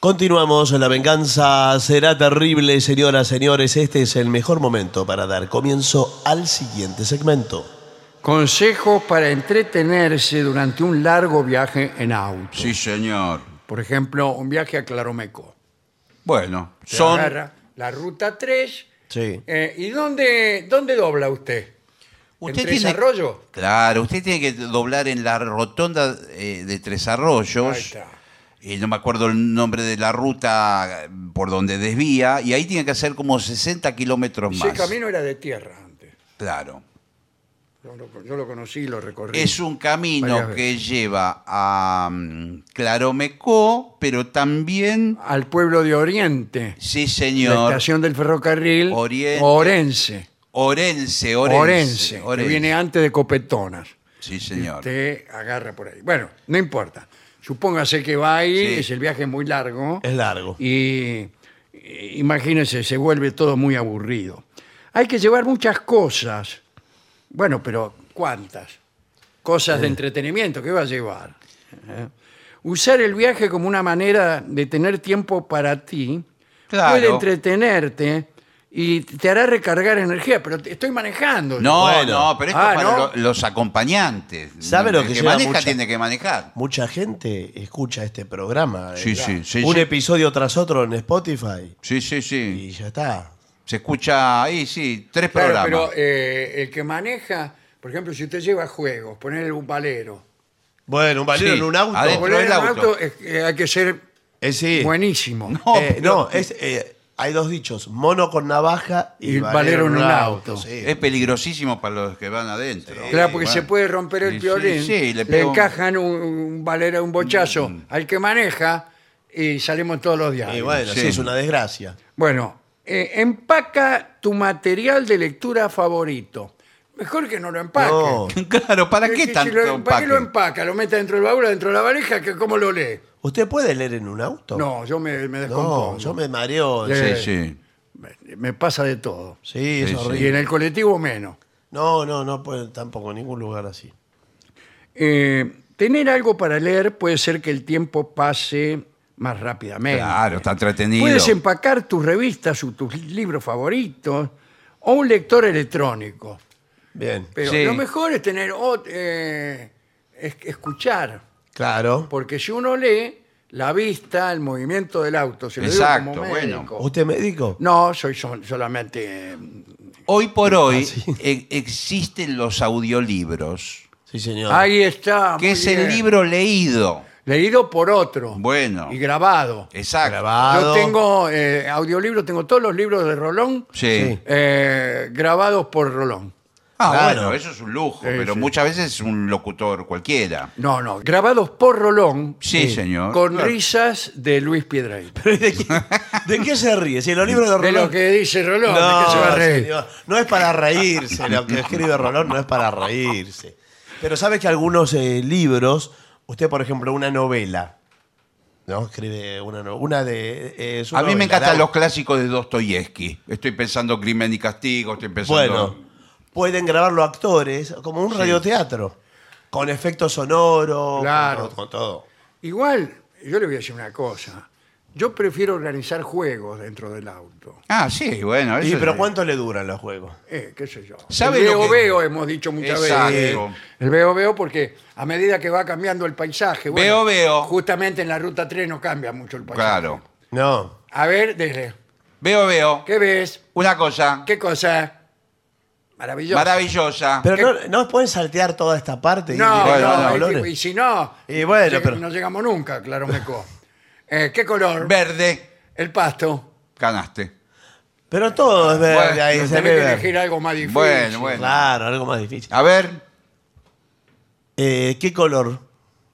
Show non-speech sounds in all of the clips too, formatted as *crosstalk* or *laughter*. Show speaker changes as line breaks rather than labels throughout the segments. Continuamos, la venganza será terrible, señoras, señores. Este es el mejor momento para dar comienzo al siguiente segmento.
Consejos para entretenerse durante un largo viaje en auto.
Sí, señor.
Por ejemplo, un viaje a Claromeco.
Bueno,
Se
son.
agarra la ruta 3.
Sí.
eh, ¿Y dónde, dónde dobla usted? ¿En Tres Arroyos?
Claro, usted tiene que doblar en la rotonda eh, de Tres Arroyos.
Ahí está.
Y no me acuerdo el nombre de la ruta eh, por donde desvía. Y ahí tiene que hacer como 60 kilómetros más.
Ese camino era de tierra antes.
Claro.
Yo lo, yo lo conocí y lo recorrí.
Es un camino
Varias
que lleva a mm, Claromecó, pero también,
Al pueblo de Oriente.
sí
La
señor,
estación del ferrocarril.
Oriente.
Orense.
Orense,
Orense.
Orense.
que
Orense.
viene Este, antes de Copetonas.
Sí señor.
Te agarra por ahí. Bueno, no importa. Supóngase que va ahí,
Sí.
es el viaje muy largo.
Es largo.
y y imagínense, se vuelve todo muy aburrido. Hay que llevar muchas cosas. Bueno, pero ¿cuántas? Cosas de entretenimiento, ¿qué va a llevar? ¿Eh? Usar el viaje como una manera de tener tiempo para ti
Claro.
puede entretenerte y te hará recargar energía, pero te- estoy manejando.
No,
Bueno.
no, pero esto
Ah,
es para
¿no?
lo- los acompañantes.
¿Sabe lo
El
que lleva
maneja
mucha-
tiene que manejar.
Mucha gente escucha este programa.
Sí, sí, sí,
Un
sí.
episodio tras otro en Spotify
Sí, sí, sí.
y ya está.
Se escucha ahí, sí, tres
Claro, pero
programas.
eh, el que maneja, por ejemplo, si usted lleva juegos, ponerle un valero.
Bueno, un valero
Sí,
en un auto.
adentro.
Valero en
del
un
auto.
auto es- eh, hay que ser
Ah, Eh, sí.
buenísimo.
Eh, no, es, eh, hay dos dichos: mono con navaja y,
Y valero en un auto.
sí.
Es peligrosísimo para los que van adentro.
eh, Claro, porque
Eh, Bueno.
se puede romper el
Sí,
violín,
Sí, sí,
le,
le pega un- Mm,
encajan un, un valero, un bochazo al que maneja y salimos todos los días.
Y bueno, sí.
Sí.
es una desgracia.
Bueno, eh, empaca tu material de lectura favorito. Mejor que no lo empaque.
No.
*laughs* Claro, ¿para
Es
qué
que si
tanto
lo, em- ¿Para qué
empaque?
lo empaca? ¿Lo mete dentro del baúl, dentro de la valija? Que ¿Cómo lo lee?
¿Usted puede leer en un auto?
No, yo me, me descompongo.
No, yo me mareo.
Le-
Sí, sí.
me... me pasa de todo.
Sí, es
Sí, sí.
Y
horrible.
en el colectivo menos.
No, no, no puede tampoco en ningún lugar así.
Eh, tener algo para leer puede ser que el tiempo pase más rápidamente.
Claro, está entretenido.
Puedes empacar tus revistas o tus libros favoritos o un lector electrónico.
Bien.
Pero
Sí.
lo mejor es tener o- eh, es- escuchar,
Claro.
porque si uno lee, la vista, el movimiento del auto, se lo digo
Exacto,
como
bueno.
médico.
¿Usted es médico?
No, soy sol- solamente eh,
Hoy
Ah,
por hoy *laughs* e- existen los audiolibros,
Sí, señor.
Ahí está.
que
Ah, muy
es
bien.
el libro leído.
leído por otro.
Bueno. Eh,
Y grabado.
Exacto.
Grabado.
Yo tengo eh, audiolibros, tengo todos los libros de Rolón
Sí.
Sí.
eh, grabados por Rolón.
Ah,
Claro.
bueno, eso es un lujo,
Sí,
pero
sí.
muchas veces es un locutor cualquiera.
No, no, grabados por Rolón. eh,
Sí,
Sí.
señor.
Con
Claro.
risas de Luis Piedrey.
¿Pero *laughs* de, qué, de qué se ríe? Si en los libros de
De
Rolón.
lo que dice Rolón,
no,
¿de qué se va a reír?
señor, no es para reírse. lo que escribe Rolón no es para reírse. Pero sabes que algunos eh, libros, usted, por ejemplo, una novela. ¿No? Escribe una, no- una de. eh, es una
A mí me
novela,
encantan
¿no?
los clásicos de Dostoyevsky. Estoy pensando Crimen y Castigo, estoy pensando...
Bueno, pueden grabarlo actores como un radioteatro. Con efectos sonoros,
Claro.
con, todo, con todo.
Igual, yo le voy a decir una cosa. Yo prefiero organizar juegos dentro del auto.
Ah, sí, bueno.
Y,
eso
pero
es-
¿cuánto le duran los juegos?
Eh, qué sé yo.
¿Sabe
el
lo
veo
que-
veo, hemos dicho muchas
Exacto.
veces. El veo veo porque a medida que va cambiando el paisaje. bueno,
Veo, veo.
Justamente en la ruta 3 no cambia mucho el paisaje.
Claro.
No.
A ver, desde.
Veo, veo.
¿Qué ves?
Una cosa
¿Qué cosa? Maravilloso.
maravillosa.
Pero no, no pueden saltear toda esta parte. y
No,
ir
Bueno,
a
no,
los
hay
colores?
que- y si no,
Y bueno,
lleg-
pero-
no llegamos nunca, claro,
*laughs*
Meco. Eh, ¿Qué color?
Verde,
El pasto.
ganaste.
Pero todo es verde
Bueno,
ahí.
Pero
Se
tenés
ve
que
verde.
elegir algo más difícil.
Bueno, bueno.
Claro, algo más difícil.
A ver.
Eh, ¿Qué color?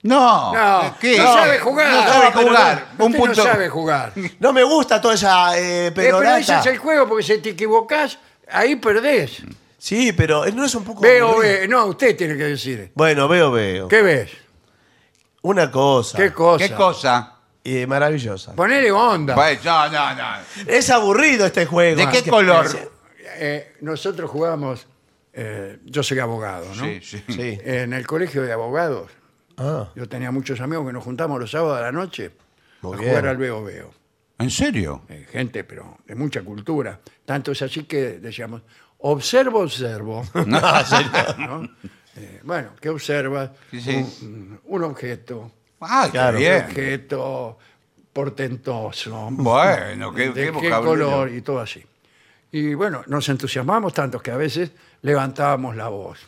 No.
No,
¿Qué?
no sabe jugar.
No sabe jugar.
Usted
Un punto.
no sabe
*laughs*
jugar. Eh,
No me gusta toda esa eh,
pero
perorata.
ese es el juego, porque si te equivocás, ahí perdés.
Mm.
Sí, pero eh, no es un poco.
Veo,
Oh,
aburrido?
veo. No, usted tiene que decir.
Bueno, veo, veo.
¿Qué ves?
Una cosa
¿Qué cosa?
¿Qué cosa?
eh, maravillosa.
Ponele onda.
Bueno, No, no, no.
Es aburrido este juego.
¿De qué
Que-
color?
Eh, nosotros jugábamos, eh, yo soy abogado, ¿no?
Sí, sí.
Sí.
En el colegio de abogados,
Ah,
yo tenía muchos amigos que nos juntamos los sábados a la noche
Muy
a
bien.
jugar al veo veo.
¿En serio?
Eh, gente, pero de mucha cultura. Tanto es así que decíamos, observo,
*laughs*
observo. *laughs* ¿no? Eh, bueno, ¿qué observas?
Sí, sí.
Un, un objeto,
Ah,
Claro.
qué
un
bien.
objeto portentoso.
Bueno, qué,
de
qué
qué
vocabulario.
color y todo así. Y bueno, nos entusiasmamos tanto que a veces levantábamos la voz.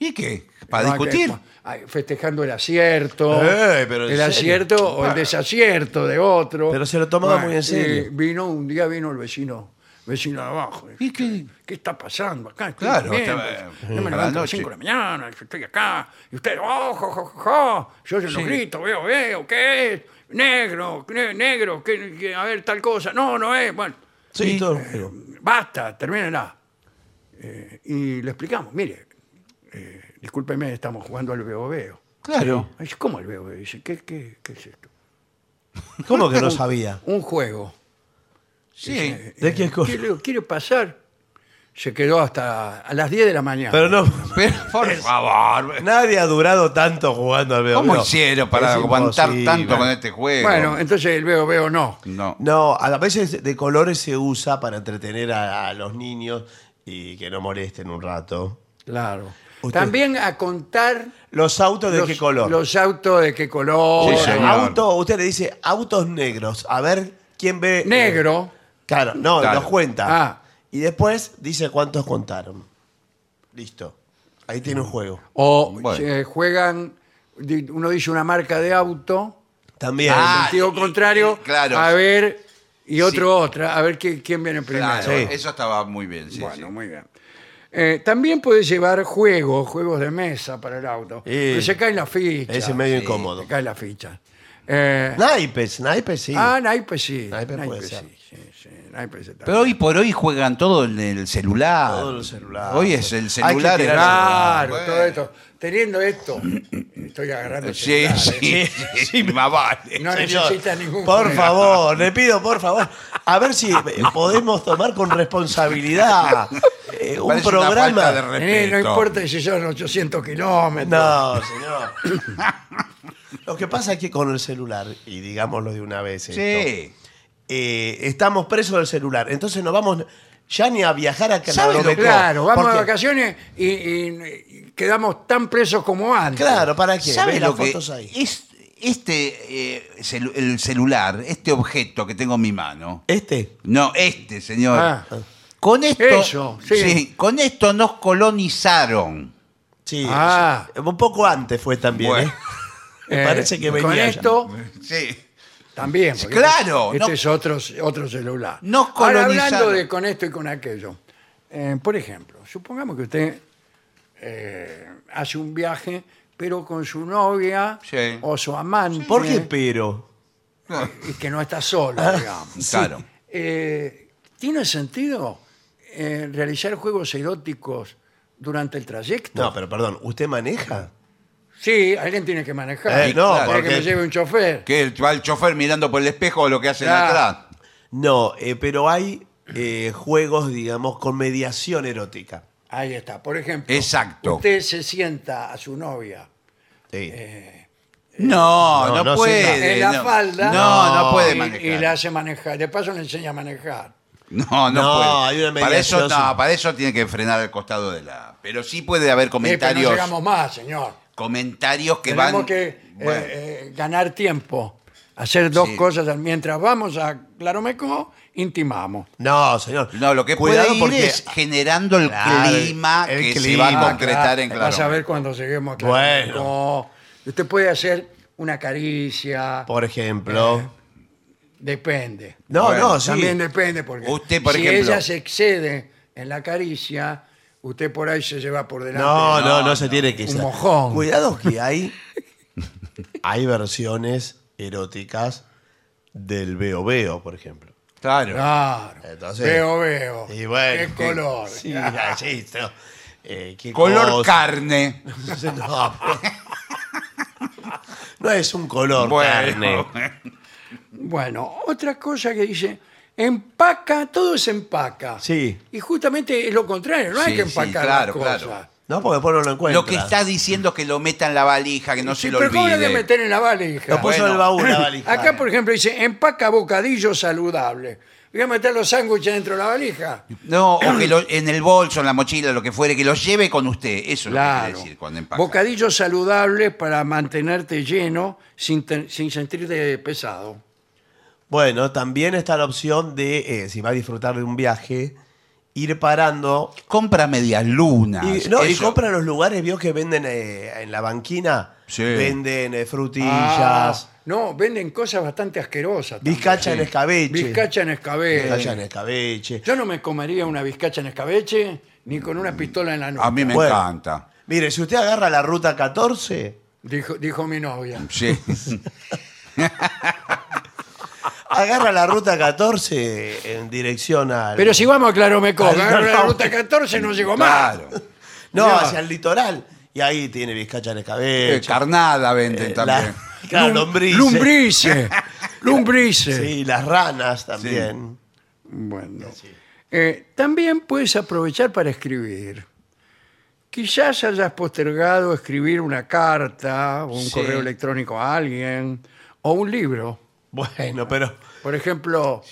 ¿Y qué? ¿Para
¿No?
discutir?
Ah, Que- ay, Festejando el acierto,
Eh, pero en
el
serio.
acierto o el desacierto de otro.
Pero se lo tomaba muy en
y
serio.
Vino, un día vino el vecino, vecino de abajo.
¿Y qué?
¿Qué está pasando acá? Estoy
Claro,
durmiendo,
estaba-
yo me
a la
levanto a las
noche.
5 de la mañana, yo estoy acá, y usted, oh, jo, jo, jo, jo, yo yo los
Sí.
grito, veo, veo, ¿qué es? Negro, ne- negro, ¿qué- qué- a ver, tal cosa, no, no es, bueno,
Sí, todo.
basta, termínenla. Eh, y le explicamos, mire, eh, discúlpeme, estamos jugando al veo, veo.
Claro.
Ay, ¿Cómo el veo, veo? Dice, ¿qué, qué, qué es esto?
¿Cómo que no sabía?
Un juego.
Sí.
¿De qué cosa?
Quiere, quiere pasar. Se quedó hasta a las 10 de la mañana.
*laughs* Pero no,
Pero, por favor.
nadie ha durado tanto jugando al veo.
¿Cómo hicieron para aguantar tanto con este juego?
Bueno, entonces el veo, veo no.
No.
No, a veces de colores se usa para entretener a, a los niños y que no molesten un rato.
Claro.
Usted-
También a contar
¿Los autos de
los,
qué color?
los autos de qué color.
Sí,
Ahora,
señor.
auto, usted le dice autos negros. A ver quién ve. eh,
Negro.
Claro, no,
Claro.
los cuenta.
Ah.
Y después dice cuántos contaron. Listo. Ahí tiene un juego.
O
Bueno.
se juegan, di- uno dice una marca de auto,
También.
en
Ah,
sentido
y-
contrario,
y- claro.
a ver, y otro otra, a ver qué- quién viene primero.
Claro,
Sí.
eso estaba muy bien. Sí,
Bueno,
sí.
muy bien. Eh, también puede llevar juegos, juegos de mesa para el auto.
Eh,
pero se caen las fichas.
Ese es medio
Sí,
incómodo.
Se caen las fichas. Eh,
Naipes, naipes sí.
Ah, naipes sí.
Naipes puede ser.
sí, sí, sí, naipes está
Pero
bien.
hoy por hoy juegan todo en el celular.
Todo en el celular.
Hoy es el
Hay que
celular. es-
tirar-
Claro,
Ah, Bueno.
todo esto. Teniendo esto, estoy agarrando.
Sí,
celulares. *laughs*
sí, sí, *laughs* más vale.
No
Señor,
necesita ningún
Por
juego.
favor, le pido, por favor, a ver si eh, podemos tomar con responsabilidad eh, un
Parece una
programa.
falta de
Eh, no
respeto.
importa si son 800 kilómetros.
No, señor. Lo que pasa es que con el celular, y digámoslo de una vez, esto,
Sí.
eh, estamos presos del celular. Entonces no vamos ya ni a viajar a Canadá.
¿Sabe lo-
Claro, vamos
Porque-
de vacaciones y, y- y quedamos tan presos como antes.
Claro, ¿para qué?
¿Sabe
Ve
lo
las
que
fotos ahí.
es este eh, celu- el celular, este objeto que tengo en mi mano?
Este.
No, este, señor.
Ah.
Con esto
Eso, sí.
con esto nos colonizaron.
Sí.
Ah.
Un poco antes fue también.
Bueno.
¿eh? Me parece que venía
Eh, Con
ya.
esto
Sí.
también. porque
Claro,
Este
no-
es otro, otro celular.
Nos
Ahora, hablando
colonizaron.
de con esto y con aquello. eh, por ejemplo, supongamos que usted eh, hace un viaje, pero con su novia
Sí.
o su amante.
¿Por qué Ah, pero?
Y que no está sola, digamos.
Claro.
Eh, ¿Tiene sentido eh, realizar juegos eróticos durante el trayecto?
No, pero perdón, ¿usted maneja?
Sí, alguien tiene que manejar.
Eh, no,
Para que
porque-
me lleve un chofer.
Que el- va el chofer mirando por el espejo lo que hacen
Claro.
atrás.
No, eh, pero hay eh, juegos, digamos, con mediación erótica.
Ahí está. Por ejemplo,
Exacto.
usted se sienta a su novia
Sí.
No,
No,
no,
no
puede.
en la
Eh, no.
falda.
No, no puede
y-
manejar.
Y, la hace manejar. De paso le enseña a manejar. Eh,
No, no,
No,
puede.
hay una
para eso
mediación.
no, para eso tiene que frenar al costado de la. Pero sí puede haber
Eh, pero no
comentarios,
llegamos más, señor.
comentarios que
Tenemos
van.
que eh,
Bueno.
eh, ganar tiempo. Hacer dos
Sí.
cosas. al- Mientras vamos a Claromeco, intimamos.
No, señor.
No, lo que
Cuidado
puede ir
porque
es generando el
Claro,
clima
el
que se
clima.
va a
Ah,
concretar
claro.
en
Vas a
claro.
ver cuando lleguemos a
Bueno.
Claromeco. Usted puede hacer una caricia.
Por ejemplo.
Depende.
no,
bueno,
no, sí.
También depende, porque
Usted, por
si
ejemplo.
ella se excede en la caricia, usted por ahí se lleva por delante.
No, no, no,
no,
se tiene que
un
ser.
mojón.
Cuidado que hay hay versiones eróticas del veo veo, por ejemplo.
Claro.
Claro.
Entonces-
veo, veo.
Y bueno,
Oh, Qué color. *laughs*
Sí,
Ah,
así, no. Eh, qué
Color
cosa.
carne.
*laughs* No, pues. no es un color
Bueno.
carne.
*laughs* Bueno, otra cosa que dice, empaca, todo se empaca.
Sí.
Y justamente es lo contrario, no hay
Sí,
que
sí,
empacar
claro,
las cosas.
claro.
No, porque después no lo encuentra.
Lo que está diciendo es que lo meta en la valija, que no
Sí,
se lo
pero ¿cómo lo voy a
olvide.
meter en la valija?
Lo puso en el
Bueno.
baúl,
*laughs*
la valija.
Acá, por ejemplo, dice, empaca bocadillos saludables. Voy a meter los sándwiches dentro de la valija.
No, o que lo- en el bolso, en la mochila, lo que fuere, que lo lleve con usted. Eso es lo que
Claro.
quiere decir cuando empaca.
Bocadillos saludables para mantenerte lleno sin, ten- sin sentirte pesado.
Bueno, también está la opción de, eh, si va a disfrutar de un viaje, ir parando.
Compra medias lunas.
y, no, y
Ah, eso.
compra los lugares, vio que venden eh, en la banquina.
Sí.
Venden eh,
Ah,
frutillas,
no, venden cosas bastante asquerosas. también.
bizcacha en escabeche.
Bizcacha en escabeche.
Bizcacha en escabeche.
Yo no me comería una bizcacha en escabeche ni con una pistola en la nuca.
A mí me
Bueno.
encanta.
Mire, si usted agarra la ruta 14,
dijo, dijo mi novia.
Sí.
agarra la ruta 14 en dirección al.
Pero si vamos a Claromeco,
Al-
agarro la
no.
ruta 14 no *laughs* llegó más.
claro.
No,
No.
hacia el litoral. Y ahí tiene bizcacha en escabeche.
Eh, carnada venden
eh,
*laughs*
también.
*laughs* la- claro,
Lum-
lombrices. *laughs*
Lumbrice. Lumbrice.
Sí, las ranas también.
Bueno. Eh, también puedes aprovechar para escribir. Quizás hayas postergado escribir una carta o un
Sí.
correo electrónico a alguien o un libro.
Bueno, pero.
Por ejemplo,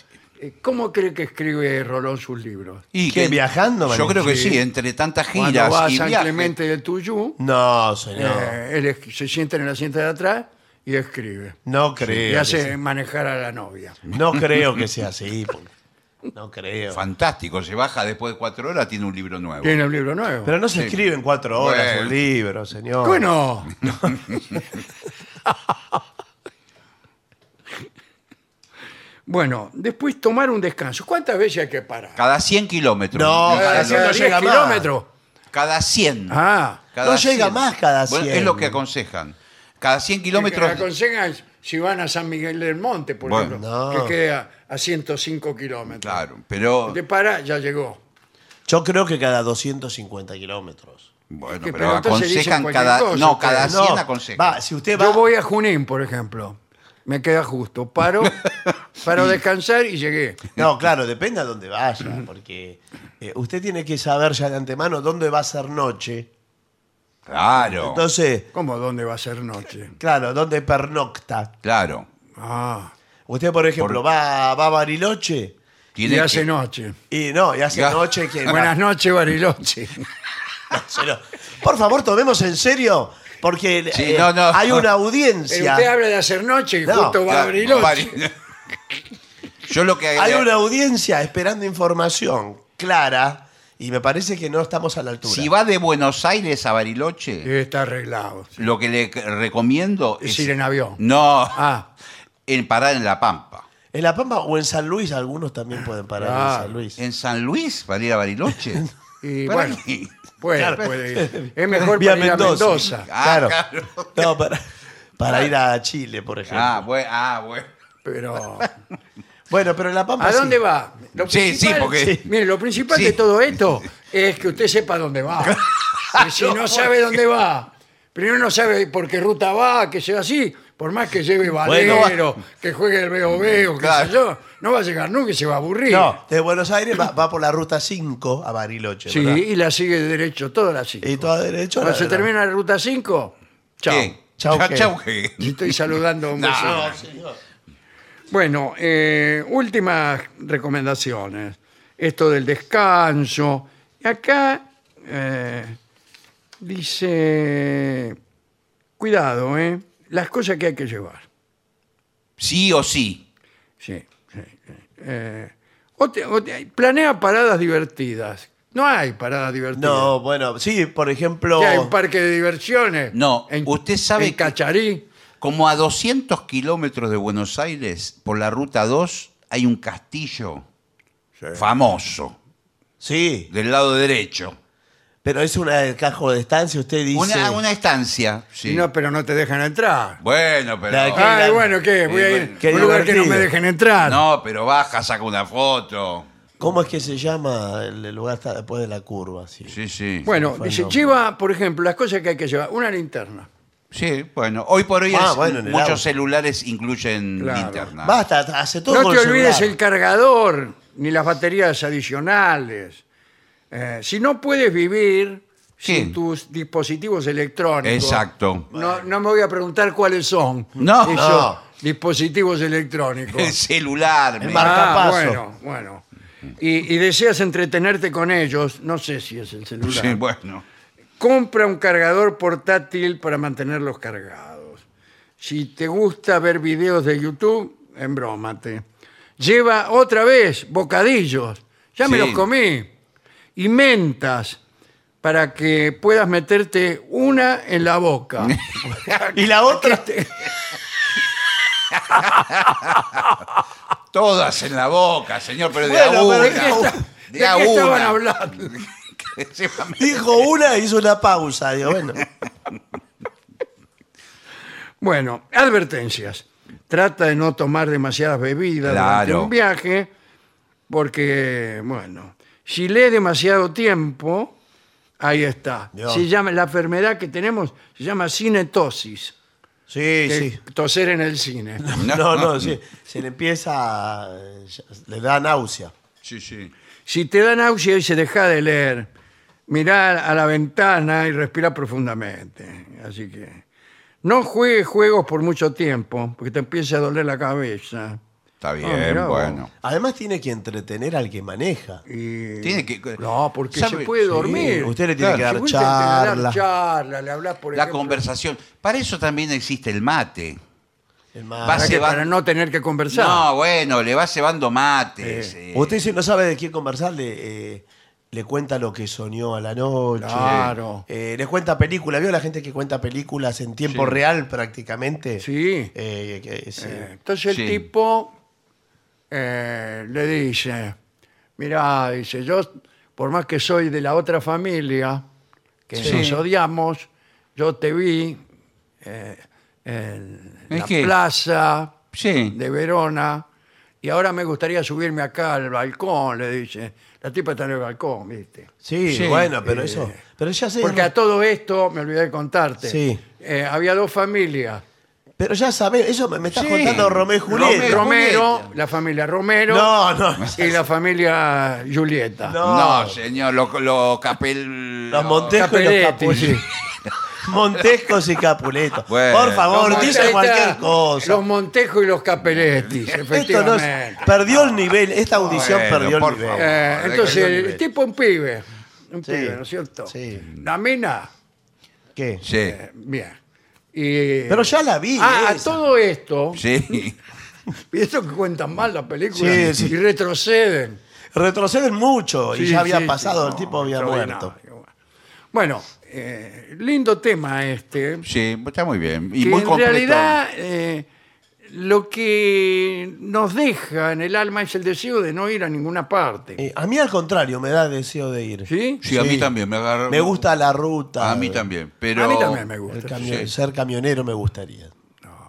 eh, ¿cómo cree que escribe Rolón sus libros?
Y
¿Qué,
que-
viajando,
Yo
Manuel?
creo que
Sí.
sí, entre tantas
Cuando
giras
va a
y
San
viajes.
Clemente de Tuyú,
No, señor.
eh, él es- se sienta en el asiento de atrás y escribe.
no creo.
Y
que
hace
sea-
manejar a la novia.
No creo que sea así. porque- No creo.
Fantástico, se baja después de cuatro horas, tiene un libro nuevo.
Tiene un libro nuevo.
Pero no se
Sí.
escribe en cuatro horas
Bueno.
un libro, señor.
Bueno, *laughs* bueno, después tomar un descanso. ¿Cuántas veces hay que parar?
Cada 100 kilómetros.
No,
Cada
cada
Eh,
100 no
diez
llega más.
kilómetros.
Cada 100.
Ah,
Cada
No llega más cada
Bueno,
100.
es lo que aconsejan. Cada 100
kilómetros.
kilómetros.
Que aconsejan si van a San Miguel del Monte, por
Bueno.
ejemplo,
No.
que queda a 105 kilómetros.
Claro, pero.
Te para, ya llegó.
Yo creo que cada 250 kilómetros.
Bueno,
que-
pero,
pero entonces dicen
aconsejan
cualquier
cada.
cosa,
no,
ustedes.
cada 100
No,
aconsejan.
va, si usted va.
Yo voy a Junín, por ejemplo. Me queda justo.
*laughs*
Paro, paro a descansar y llegué.
No, claro, depende a dónde vaya, porque eh, usted tiene que saber ya de antemano dónde va a ser noche.
Claro.
Entonces,
¿Cómo? ¿Dónde va a ser noche?
claro, dónde pernocta.
claro.
Ah,
Usted, por ejemplo, va, va a Bariloche
y
Tiene
hace
que-
noche.
y no, y hace
Ya.
noche
*laughs*
que.
Eh, Buenas noches, Bariloche. Eh,
Marcelo. Por favor, tomemos en serio, porque
Sí,
eh,
no, no.
hay una
Pero
audiencia.
Eh, usted habla de hacer noche y
No,
justo va a Bariloche.
claro, Bari- *laughs* Yo lo que
Hay una audiencia esperando información clara y me parece que no estamos a la altura.
Si va de Buenos Aires a Bariloche,
Sí, está arreglado.
lo que le recomiendo
Es
es.
ir en avión.
No,
Ah,
en parar en La Pampa.
En La Pampa o en San Luis, algunos también pueden parar
Claro.
en San Luis.
Ah, ¿En San Luis para ir a Bariloche?
*laughs* y
¿Para
bueno,
qué?
puede,
Claro.
puede
*laughs*
ir. Es mejor
Vía
para ir a
Mendoza.
Mendoza.
Ah,
claro. No, para, para ir a Chile, por ejemplo.
Ah, bueno. Ah, bueno. *laughs*
Pero,
Bueno, pero en La Pampa.
¿a
sí.
dónde va? Lo
Sí, sí,
principal-
porque-
Mire, lo principal
Sí.
de todo esto es que usted sepa dónde
*laughs*
va. Y si no sabe dónde va, primero no sabe por qué ruta va, que sea así, por más que lleve
Bueno,
valero, que juegue el veo veo, qué
Claro.
sé yo, no va a llegar nunca y se va a aburrir.
No, de Buenos Aires va, va por la ruta 5 a Bariloche.
Sí,
¿verdad?
y la sigue derecho, toda la sigue.
Y todo derecho.
Cuando
la-
se
la-
termina la ruta 5, chao.
¿Qué?
Chau,
Chau,
¿qué?
chau, ¿qué?
Y Estoy saludando a un
No,
vecino. Bueno, eh, últimas recomendaciones. Esto del descanso. Acá eh, dice, cuidado, ¿eh? las cosas que hay que llevar.
Sí o sí.
Sí, sí, sí. Eh, o te- o te- planea paradas divertidas. No hay paradas divertidas.
No, bueno, sí, por ejemplo.
¿Qué hay un parque de diversiones.
No, usted sabe
en
que-
Cacharí.
Como a 200 kilómetros de Buenos Aires, por la ruta 2, hay un castillo famoso,
Sí,
del lado derecho.
pero es una del cajo de estancia, usted dice.
Una, una estancia. sí.
No, pero no te dejan entrar.
Bueno, pero.
La-
Ay,
grande.
bueno, ¿qué? Voy
Sí,
a ir
bueno.
a
Qué
un lugar que no me
divertido.
dejen entrar.
No, pero baja, saca una foto.
¿Cómo es que se llama el el lugar está después de la curva? Sí.
Sí, sí.
Bueno,
Fue el
dice,
nombre.
lleva, por ejemplo, las cosas que hay que llevar. Una linterna.
Sí, bueno. Hoy por hoy
Ah,
es-
bueno, en el
muchos
auto.
celulares incluyen
Claro.
linterna.
Basta, hace todo
no
con
te olvides el
celular.
cargador, ni las baterías adicionales. Eh, si no puedes vivir sin
¿Qué?
tus dispositivos electrónicos.
Exacto.
No, no me voy a preguntar cuáles son
No,
esos
no.
dispositivos electrónicos.
El celular.
El
me-
mar-
Ah,
Marcapaso.
bueno, bueno. Y, y deseas entretenerte con ellos, no sé si es el celular.
Sí, bueno.
Compra un cargador portátil para mantenerlos cargados. Si te gusta ver videos de YouTube, embrómate. Lleva otra vez bocadillos, ya me
Sí.
los comí, y mentas para que puedas meterte una en la
*laughs*
boca.
Y la otra.
Todas en la boca, señor, pero de
Bueno,
a
pero
una.
¿de qué está-
¿De
de
qué
a
estaban
una.
hablando?
*laughs* Sí, mami.
Dijo una, hizo una pausa. Digo,
*laughs*
bueno.
Bueno, advertencias. Trata de no tomar demasiadas bebidas durante
Claro.
un viaje, porque, bueno, si lee demasiado tiempo, ahí está.
Dios.
Se llama, la enfermedad que tenemos se llama cinetosis.
Sí,
que
sí.
es Toser en el cine.
No, no, sí. Se le empieza. a- Le da náusea.
Sí, sí.
Si te da náusea y se deja de leer, mirar a la ventana y respira profundamente. Así que no juegues juegos por mucho tiempo, porque te empieza a doler la cabeza.
Está bien,
Ah, mirá vos.
bueno.
Además, tiene que entretener al que maneja.
Y-
Tiene que-
Eh, No, porque
¿Sabe?
se puede
Sí,
dormir.
usted le tiene
Claro.
que dar
Si vos te
charla.
tenés que dar charla, le hablas por
La
ejemplo,
conversación. Para eso también existe el mate.
el mar.
para,
Vas-
que-
se va-
para no tener que conversar. Eh,
No, bueno, le va cebando mates. eh.
Usted si no sabe de quién conversar, le, eh, le cuenta lo que soñó a la noche.
Claro.
Eh, le cuenta películas. ¿Vio la gente que cuenta películas en tiempo real prácticamente?
Sí.
Eh, que- sí.
Eh, Entonces el
Sí.
tipo eh, le dice, mirá, dice, yo por más que soy de la otra familia, que
Sí.
nos odiamos, yo te vi eh, en
Es
la
que-
plaza
Sí.
de Verona y ahora me gustaría subirme acá al balcón, le dice. La tipa está en el balcón, viste.
Sí,
Sí.
bueno, pero eso. Pero ya sé.
Porque a todo esto, me olvidé de contarte,
Sí.
eh, había dos familias.
Pero ya sabés, eso me, me estás
Sí.
contando Romeo y Julieta.
Romeo-
Romero,
Julieta.
la familia Romero
No, no.
y la familia Julieta.
No.
No, señor, lo, lo
*laughs*
capel.
Los
lo-
Montescos y los
Capuletti,
Capuletos.
*laughs* sí.
Montescos y Capuletos.
Bueno.
Por favor,
Los
dice
Montejo-
cualquier cosa.
Los Montejo y los Capeletis,
Esto no
efectivamente.
es, perdió el nivel, esta audición
Bueno,
perdió el
por
nivel.
favor.
Eh,
Correcto,
entonces,
yo
el
nivel.
tipo un pibe, un
Sí.
pibe, ¿no es cierto?
Sí.
La mina,
¿Qué?
Sí,
eh, bien. Y-
Pero ya la vi.
Ah, a
esa.
todo esto,
sí.
y esto que cuentan mal la película,
Sí, sí.
y retroceden.
Retroceden mucho y
Sí,
ya había
sí,
pasado,
sí,
el
no,
tipo había
extraordinario.
muerto.
Bueno, eh, lindo tema este.
Sí, está muy bien. Y
que
muy
en
completo.
realidad eh, lo que nos deja en el alma es el deseo de no ir a ninguna parte.
Eh, a mí al contrario, me da deseo de ir.
¿Sí?
Sí, a
Sí.
mí también. Me, agarró-
Me gusta la ruta.
A mí también. Pero...
A mí también me
El
gusta.
camión-
Sí.
Ser camionero me gustaría.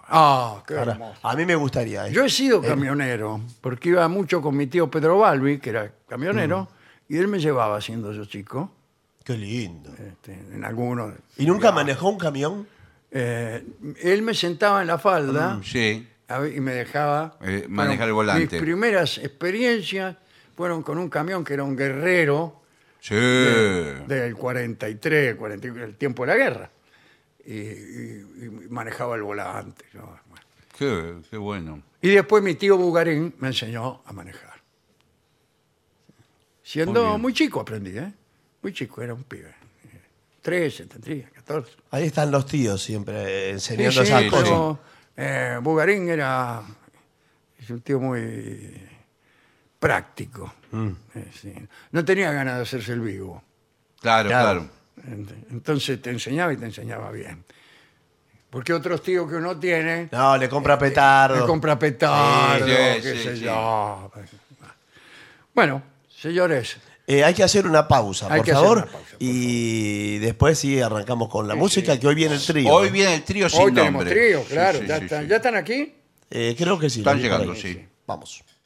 Ah, qué
Ahora,
hermoso.
a mí me gustaría. eh.
Yo he sido camionero, porque iba mucho con mi tío Pedro Balbi, que era camionero,
Mm.
y él me llevaba siendo yo chico,
Qué lindo.
este, en algunos.
¿Y nunca manejó un camión?
Eh, él me sentaba en la falda
Sí.
a ver, y me dejaba
Mm. Eh, manejar el
Bueno,
volante.
Mis primeras experiencias fueron con un camión que era un guerrero,
Sí.
del 43, 44, el tiempo de la guerra. Y, y- y manejaba el volante. yo, bueno.
Qué, qué bueno.
Y después mi tío Bugarín me enseñó a manejar. Siendo
Muy
muy,
bien.
chico aprendí, ¿eh? Muy chico, era un pibe. 13, tendría, 14.
Ahí están los tíos siempre eh,
Sí,
enseñando
sí,
esas
sí.
cosas.
pero, eh, Bugarín era es un tío muy práctico.
Mm.
Eh, sí. No tenía ganas de hacerse el vivo.
Claro,
Claro.
claro.
Ent- Entonces te enseñaba y te enseñaba bien. Porque otros tíos que uno tiene,
No, le compra petardo.
le Eh, compra petardo,
Sí, sí,
qué
sí,
sé
sí.
yo. pues, Bueno, señores,
Eh, hay que hacer una pausa,
Hay
por
que hacer
favor.
una pausa, por
y después sí arrancamos con la música, que hoy viene el trío. ¿eh?
Hoy viene el trío sin
hoy tenemos
nombre.
trío,
Sí,
claro.
sí,
ya,
sí,
están,
sí.
¿Ya están aquí?
Eh, creo que sí.
Están
¿no?
llegando,
Por ahí.
sí.
Vamos.